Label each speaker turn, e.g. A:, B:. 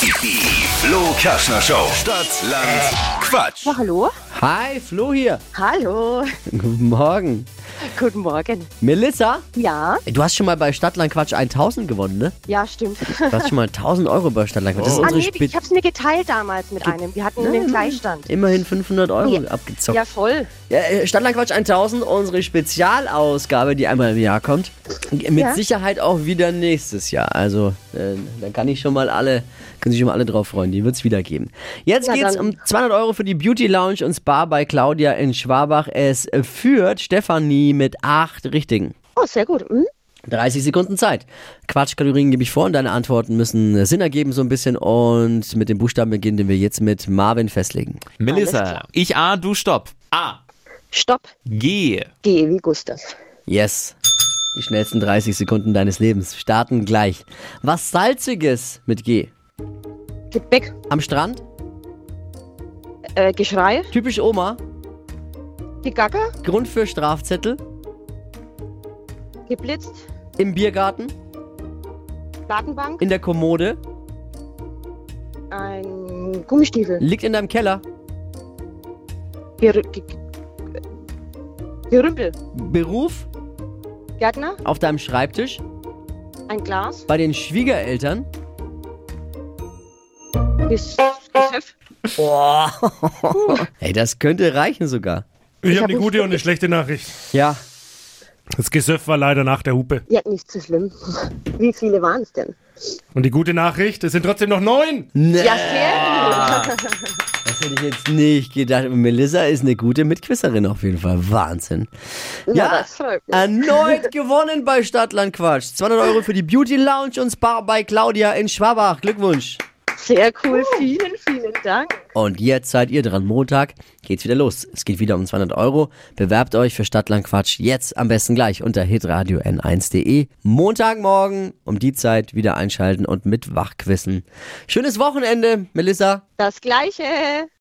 A: Die Flo Kaschner Show. Stadt, Land, Quatsch.
B: Ja, hallo?
C: Hi, Flo hier.
B: Hallo.
C: Guten Morgen.
B: Guten Morgen.
C: Melissa,
B: Ja?
C: du hast schon mal bei Stadtland Quatsch 1000 gewonnen, ne?
B: Ja, stimmt.
C: Du hast schon mal 1000 Euro bei Stadtland Quatsch. Das ist
B: Ah,
C: unsere
B: nee, ich
C: Spitze.
B: hab's mir geteilt damals mit einem. Wir hatten den Gleichstand.
C: Immerhin 500 Euro
B: Ja.
C: abgezockt.
B: Ja, voll.
C: Ja, äh, Stadtland Quatsch 1000, unsere Spezialausgabe, die einmal im Jahr kommt. Mit
B: Ja.
C: Sicherheit auch wieder nächstes Jahr. Also, äh, da kann ich schon mal alle, können sich schon mal alle drauf freuen. Die wird's wieder geben. Jetzt
B: Ja,
C: geht's
B: dann.
C: um 200 Euro für die Beauty Lounge und Spa bei Claudia in Schwabach. Es äh, führt Stefanie mit acht Richtigen.
B: Oh, sehr gut. Hm?
C: 30 Sekunden Zeit. Quatschkategorien gebe ich vor und deine Antworten müssen Sinn ergeben so ein bisschen. Und mit dem Buchstaben beginnen, den wir jetzt mit Marvin festlegen.
B: Alles
D: Melissa,
B: klar.
D: ich A, du Stopp. A,
B: Stopp.
D: G.
B: Geh, wie Gustav.
C: Yes. Die schnellsten 30 Sekunden deines Lebens starten gleich. Was Salziges mit G.
B: Gebäck.
C: Am Strand,
B: Äh, Geschrei.
C: typisch Oma,
B: Gegagger.
C: Grund für Strafzettel,
B: Geblitzt.
C: im Biergarten,
B: Datenbank.
C: in der Kommode,
B: Ein Gummistiefel.
C: liegt in deinem Keller,
B: Ger ge Gerümpel.
C: Beruf,
B: Gärtner.
C: auf deinem Schreibtisch,
B: Ein Glas.
C: bei den Schwiegereltern.
B: Ges Geschäft.
C: Ey, das könnte reichen sogar.
E: Ich,
B: hab
E: habe eine
B: nicht
E: gute und eine schlechte Nachricht.
C: Ja,
E: Das Gesöff war leider nach der Hupe.
B: Ja, nicht so schlimm. Wie viele waren's denn?
E: Und die gute Nachricht, es sind trotzdem noch neun.
B: Ja, sehr gut.
C: das hätte ich jetzt nicht gedacht. Und Melissa ist eine gute Mitquisserin auf jeden Fall. Wahnsinn.
B: Na, das freut mich.
C: Erneut gewonnen bei Stadtland Quatsch. 200 Euro für die Beauty Lounge und Spa bei Claudia in Schwabach. Glückwunsch.
B: Sehr cool. Vielen, vielen Dank.
C: Und jetzt seid ihr dran. Montag geht's wieder los. Es geht wieder um 200 Euro. Bewerbt euch für Stadtland Quatsch jetzt am besten gleich unter hitradio n1.de. Montagmorgen um die Zeit wieder einschalten und mit wachquissen. Schönes Wochenende, Melissa.
B: Das Gleiche.